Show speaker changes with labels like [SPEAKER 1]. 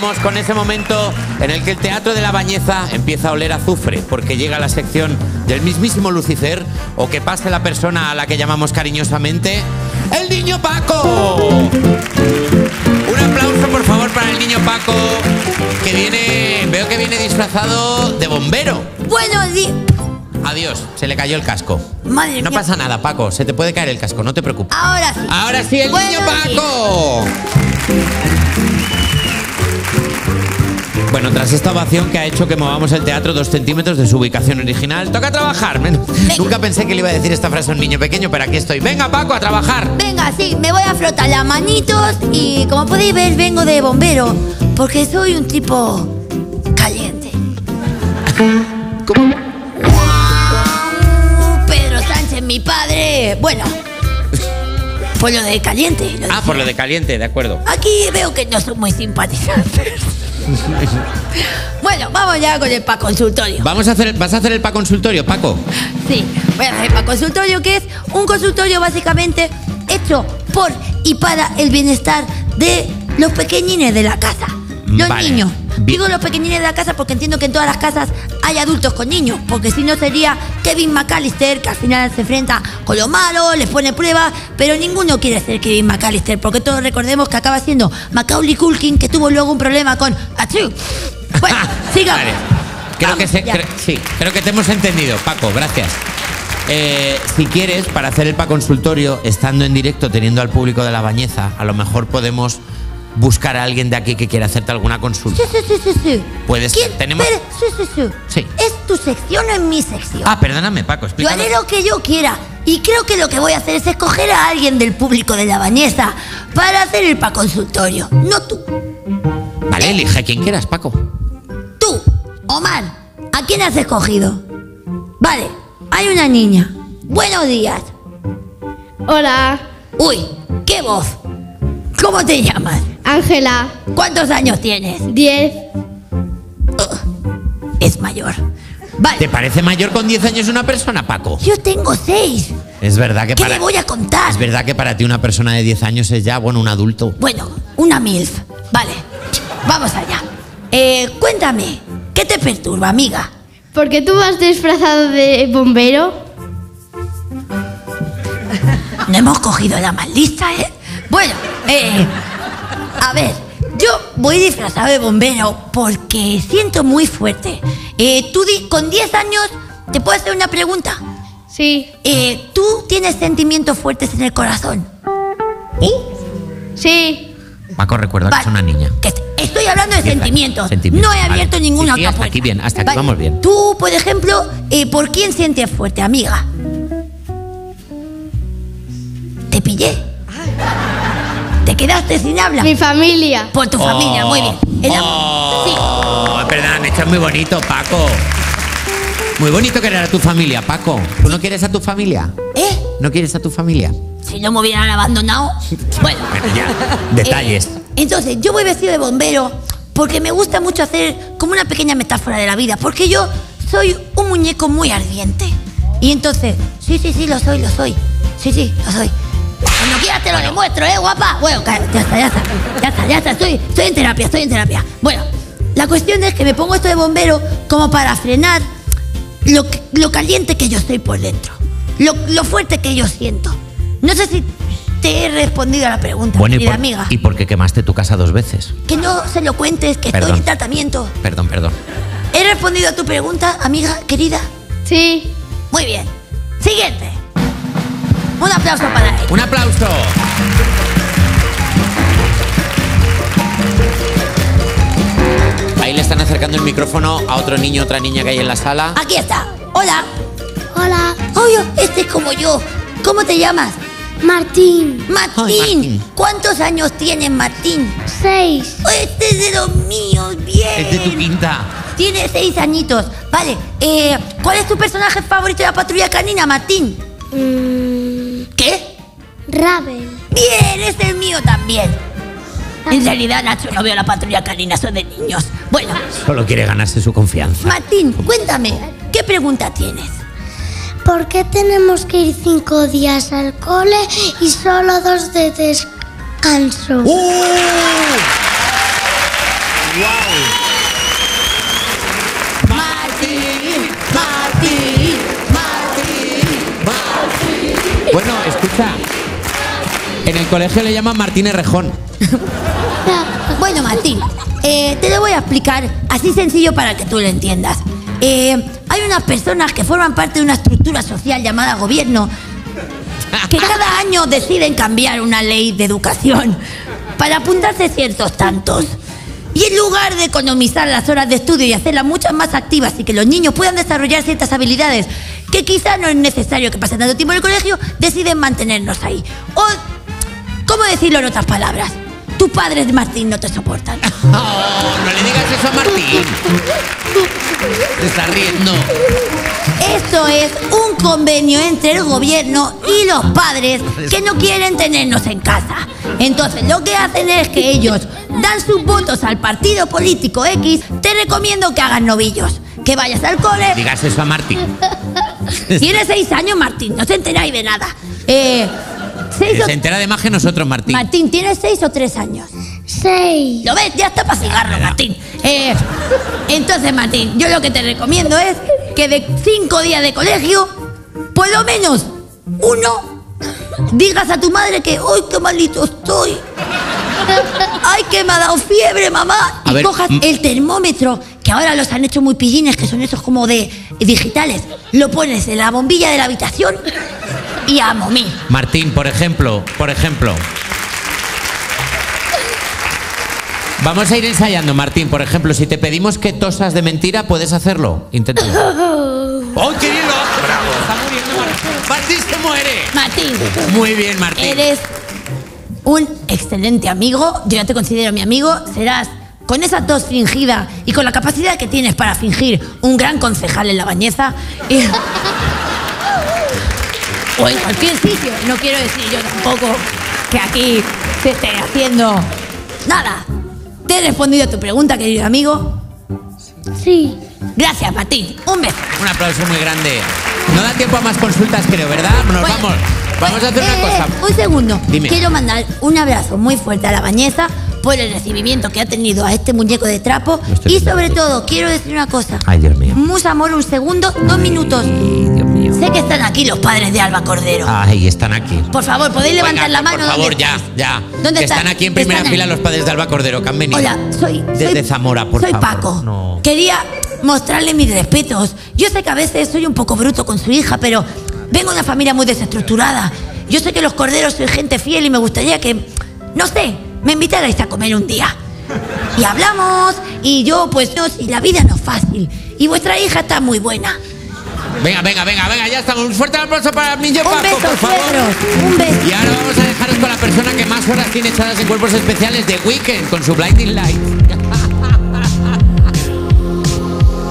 [SPEAKER 1] vamos con ese momento en el que el Teatro de la Bañeza empieza a oler azufre, porque llega la sección del mismísimo Lucifer, o que pase la persona a la que llamamos cariñosamente, el niño Paco. Un aplauso, por favor, para el niño Paco, que viene, veo que viene disfrazado de bombero.
[SPEAKER 2] Buenos días.
[SPEAKER 1] Adiós, se le cayó el casco.
[SPEAKER 2] Madre
[SPEAKER 1] No
[SPEAKER 2] mía.
[SPEAKER 1] pasa nada, Paco, se te puede caer el casco, no te preocupes.
[SPEAKER 2] Ahora sí.
[SPEAKER 1] Ahora sí, el
[SPEAKER 2] Buenos
[SPEAKER 1] niño Paco. Bueno, tras esta ovación que ha hecho que movamos el teatro dos centímetros de su ubicación original, toca trabajar. Men- Nunca pensé que le iba a decir esta frase a un niño pequeño, pero aquí estoy. Venga, Paco, a trabajar.
[SPEAKER 2] Venga, sí, me voy a frotar las manitos y como podéis ver vengo de bombero porque soy un tipo caliente. Guau, Pedro Sánchez, mi padre. Bueno, por lo de caliente. lo de-
[SPEAKER 1] Ah, por lo de caliente, de acuerdo.
[SPEAKER 2] Aquí veo que no son muy simpatizantes. bueno, vamos ya con el pa consultorio.
[SPEAKER 1] Vamos a hacer, ¿Vas a hacer el pa consultorio, Paco?
[SPEAKER 2] Sí, voy a hacer para consultorio, que es un consultorio básicamente hecho por y para el bienestar de los pequeñines de la casa. Los
[SPEAKER 1] Vale.
[SPEAKER 2] niños.
[SPEAKER 1] Bien.
[SPEAKER 2] Digo los pequeñines de la casa porque entiendo que en todas las casas hay adultos con niños, porque si no sería Kevin McAllister, que al final se enfrenta con los malos, les pone pruebas, pero ninguno quiere ser Kevin McAllister, porque todos recordemos que acaba siendo Macaulay Culkin, que tuvo luego un problema con... ¡Achú! Bueno, sigamos.
[SPEAKER 1] Vale. Creo que,
[SPEAKER 2] Vamos
[SPEAKER 1] se-
[SPEAKER 2] ya.
[SPEAKER 1] cre- sí, creo que te hemos entendido, Paco, gracias. Eh, si quieres, para hacer el pa consultorio, estando en directo, teniendo al público de la bañeza, a lo mejor podemos buscar a alguien de aquí que quiera hacerte alguna consulta.
[SPEAKER 2] Sí, sí, sí, sí, sí.
[SPEAKER 1] Puedes-
[SPEAKER 2] ¿Quién?
[SPEAKER 1] tenemos-
[SPEAKER 2] Espera, sí, sí, sí.
[SPEAKER 1] Sí.
[SPEAKER 2] ¿Es tu sección o es mi sección?
[SPEAKER 1] Ah, perdóname, Paco,
[SPEAKER 2] yo
[SPEAKER 1] explícalo.
[SPEAKER 2] haré lo que yo quiera. Y creo que lo que voy a hacer es escoger a alguien del público de la bañeza para hacer el pa consultorio. No tú,
[SPEAKER 1] Vale, elige a quien quieras, Paco.
[SPEAKER 2] tú, Omar. ¿A quién has escogido? Vale, hay una niña. Buenos días.
[SPEAKER 3] Hola,
[SPEAKER 2] Uy, qué voz. ¿Cómo te llamas?
[SPEAKER 3] Ángela,
[SPEAKER 2] ¿Cuántos años tienes?
[SPEAKER 3] 10.
[SPEAKER 2] Es mayor. Vale.
[SPEAKER 1] ¿Te parece mayor con 10 años una persona, Paco?
[SPEAKER 2] Yo tengo seis.
[SPEAKER 1] Es verdad que
[SPEAKER 2] ¿Qué
[SPEAKER 1] para
[SPEAKER 2] le voy a contar?
[SPEAKER 1] Es verdad que para ti una persona de 10 años es ya, bueno, un adulto.
[SPEAKER 2] Bueno, una MILF. Vale, vamos allá. Eh, cuéntame, ¿qué te perturba, amiga?
[SPEAKER 3] ¿Por qué tú vas disfrazado de bombero?
[SPEAKER 2] No hemos cogido la más lista, ¿eh? Bueno, eh, a ver, yo voy disfrazado de bombero porque siento muy fuerte. Eh, tú di- con 10 años, te puedo hacer una pregunta.
[SPEAKER 3] Sí,
[SPEAKER 2] Eh, ¿Tú tienes sentimientos fuertes en el corazón?
[SPEAKER 3] sí.
[SPEAKER 1] Paco, recuerda
[SPEAKER 2] Vale.
[SPEAKER 1] que es una niña.
[SPEAKER 2] Que est- Estoy hablando de
[SPEAKER 1] Bien,
[SPEAKER 2] sentimientos.
[SPEAKER 1] sentimientos,
[SPEAKER 2] No he
[SPEAKER 1] vale.
[SPEAKER 2] abierto ninguna
[SPEAKER 1] Sí, sí,
[SPEAKER 2] otra
[SPEAKER 1] hasta
[SPEAKER 2] puerta.
[SPEAKER 1] aquí bien, hasta aquí vamos bien.
[SPEAKER 2] Tú, por ejemplo, eh, ¿por quién sientes fuerte, amiga? Te pillé. Te quedaste sin habla.
[SPEAKER 3] Mi familia.
[SPEAKER 2] Por tu familia,
[SPEAKER 1] Oh,
[SPEAKER 2] muy bien. El amor.
[SPEAKER 1] Oh, es verdad, esto es muy bonito, Paco. Muy bonito querer a tu familia, Paco. ¿Tú no quieres a tu familia?
[SPEAKER 2] Sí. ¿Eh?
[SPEAKER 1] ¿No quieres a tu familia?
[SPEAKER 2] Si no me hubieran abandonado. Bueno.
[SPEAKER 1] Bueno, ya. Detalles.
[SPEAKER 2] Eh, entonces, yo voy vestido de bombero porque me gusta mucho hacer como una pequeña metáfora de la vida, porque yo soy un muñeco muy ardiente. Y entonces, sí, sí, sí, lo soy, lo soy. Sí, sí, lo soy. Cuando quieras te lo demuestro, ¿eh, guapa? Bueno, ca- ya está, ya está, ya está, ya está, estoy, estoy en terapia, estoy en terapia. Bueno, la cuestión es que me pongo esto de bombero como para frenar lo, que- lo caliente que yo estoy por dentro, lo, lo fuerte que yo siento. No sé si te he respondido a la pregunta,
[SPEAKER 1] Bueno, y
[SPEAKER 2] querida
[SPEAKER 1] por,
[SPEAKER 2] amiga.
[SPEAKER 1] y porque quemaste tu casa dos veces.
[SPEAKER 2] Que no se lo cuentes, que
[SPEAKER 1] Perdón.
[SPEAKER 2] estoy en tratamiento.
[SPEAKER 1] Perdón, perdón.
[SPEAKER 2] ¿He respondido a tu pregunta, amiga querida?
[SPEAKER 3] Sí.
[SPEAKER 2] Muy bien. Siguiente. Un aplauso para ella.
[SPEAKER 1] ¡Un aplauso! Ahí le están acercando el micrófono a otro niño, otra niña que hay en la sala.
[SPEAKER 2] Aquí está. Hola.
[SPEAKER 4] Hola,
[SPEAKER 2] Obvio, este es como yo. ¿Cómo te llamas?
[SPEAKER 4] Martín.
[SPEAKER 2] Martín.
[SPEAKER 1] Ay, Martín.
[SPEAKER 2] ¿Cuántos años tienes, Martín?
[SPEAKER 4] 6.
[SPEAKER 2] Este es de los míos, bien.
[SPEAKER 1] Este Es de tu quinta.
[SPEAKER 2] Tiene seis añitos. Vale. eh, ¿Cuál es tu personaje favorito de la patrulla canina, Martín? ¿Qué?
[SPEAKER 4] Raven.
[SPEAKER 2] Bien, este es el mío también. En realidad, Nacho, no veo la patrulla canina, son de niños. Bueno,
[SPEAKER 1] Solo quiere ganarse su confianza.
[SPEAKER 2] Martín, cuéntame, ¿qué pregunta tienes?
[SPEAKER 4] ¿Por qué tenemos que ir cinco días al cole y solo dos de descanso?
[SPEAKER 1] ¡Uh! ¡Guau! colegio le llaman Martínez Rejón.
[SPEAKER 2] Bueno, Martín, eh, te lo voy a explicar así sencillo para que tú lo entiendas. Eh, hay unas personas que forman parte de una estructura social llamada gobierno que cada año deciden cambiar una ley de educación para apuntarse ciertos tantos. Y en lugar de economizar las horas de estudio y hacerlas muchas más activas y que los niños puedan desarrollar ciertas habilidades que quizá no es necesario que pasen tanto tiempo en el colegio, deciden mantenernos ahí. O, ¿cómo decirlo en otras palabras? Tus padres, Martín, no te soportan.
[SPEAKER 1] Oh, no le digas eso a Martín. Te está riendo.
[SPEAKER 2] Esto es un convenio entre el gobierno y los padres que no quieren tenernos en casa. Entonces lo que hacen es que ellos dan sus votos al partido político X. Te recomiendo que hagas novillos, que vayas al
[SPEAKER 1] No
[SPEAKER 2] cole.
[SPEAKER 1] Digas eso a Martín.
[SPEAKER 2] Tienes seis años, Martín, no se enteráis de nada. Eh, seis
[SPEAKER 1] Se
[SPEAKER 2] o-
[SPEAKER 1] entera de más que nosotros, Martín.
[SPEAKER 2] Martín, tienes seis o tres años.
[SPEAKER 4] Seis.
[SPEAKER 2] ¿Lo ves? Ya está para cigarro, Martín. Eh, entonces, Martín, yo lo que te recomiendo es que de cinco días de colegio, por lo menos uno, digas a tu madre que hoy qué malito estoy. Ay, que me ha dado fiebre, mamá.
[SPEAKER 1] A
[SPEAKER 2] y
[SPEAKER 1] ver,
[SPEAKER 2] cojas
[SPEAKER 1] mm.
[SPEAKER 2] el termómetro, que ahora los han hecho muy pillines, que son esos como de digitales. Lo pones en la bombilla de la habitación y a momir.
[SPEAKER 1] Martín, por ejemplo, por ejemplo. Vamos a ir ensayando, Martín. Por ejemplo, si te pedimos que tosas de mentira, ¿puedes hacerlo? Inténtalo. ¡Oh, qué bien lo hace! ¡Bravo! Está muriendo Martín. ¡Martín se muere!
[SPEAKER 2] Martín,
[SPEAKER 1] Muy bien, Martín.
[SPEAKER 2] Eres un excelente amigo. Yo ya te considero mi amigo. Serás, con esa tos fingida y con la capacidad que tienes para fingir, un gran concejal en la bañeza. Y- o en cualquier sitio. No quiero decir yo tampoco que aquí se esté haciendo nada. Te he respondido a tu pregunta, querido amigo.
[SPEAKER 4] Sí.
[SPEAKER 2] Gracias, Martín. Un beso.
[SPEAKER 1] Un aplauso muy grande. No da tiempo a más consultas, creo, ¿verdad? Nos
[SPEAKER 2] Bueno,
[SPEAKER 1] vamos. Vamos a hacer
[SPEAKER 2] Eh,
[SPEAKER 1] una cosa.
[SPEAKER 2] eh, Un segundo.
[SPEAKER 1] Dime.
[SPEAKER 2] Quiero mandar un abrazo muy fuerte a la bañeza por el recibimiento que ha tenido a este muñeco de trapo.
[SPEAKER 1] Lo estoy
[SPEAKER 2] Y
[SPEAKER 1] viendo
[SPEAKER 2] sobre
[SPEAKER 1] aquí.
[SPEAKER 2] todo, quiero decir una cosa.
[SPEAKER 1] Ay, Dios mío.
[SPEAKER 2] Mus amor, un segundo, dos minutos.
[SPEAKER 1] Dios mío.
[SPEAKER 2] Sé que están aquí los padres de Alba Cordero.
[SPEAKER 1] Ay, están aquí.
[SPEAKER 2] Por favor, podéis levantar
[SPEAKER 1] Ah. Venga,
[SPEAKER 2] la mano.
[SPEAKER 1] Por
[SPEAKER 2] ¿Dónde
[SPEAKER 1] favor, ya,
[SPEAKER 2] estáis?
[SPEAKER 1] ya.
[SPEAKER 2] ¿Dónde
[SPEAKER 1] que
[SPEAKER 2] están?
[SPEAKER 1] están aquí en primera
[SPEAKER 2] Están
[SPEAKER 1] fila
[SPEAKER 2] ahí.
[SPEAKER 1] los padres de Alba Cordero, que han venido.
[SPEAKER 2] Hola, soy.
[SPEAKER 1] Desde
[SPEAKER 2] soy-
[SPEAKER 1] Zamora, por
[SPEAKER 2] soy
[SPEAKER 1] favor.
[SPEAKER 2] Paco.
[SPEAKER 1] No.
[SPEAKER 2] Quería mostrarle mis respetos. Yo sé que a veces soy un poco bruto con su hija, pero vengo de una familia muy desestructurada. Yo sé que los corderos soy gente fiel y me gustaría que, no sé, me invitarais a comer un día. Y hablamos, y yo, pues no, si la vida no es fácil. Y vuestra hija está muy buena.
[SPEAKER 1] Venga, venga, venga, venga, ya estamos. Un fuerte aplauso para mi Eh, Paco,
[SPEAKER 2] un beso,
[SPEAKER 1] por favor.
[SPEAKER 2] suegros. Un beso.
[SPEAKER 1] Y ahora vamos a dejaros con la persona que más horas tiene echadas en cuerpos especiales de Weekend con su Blinding Light.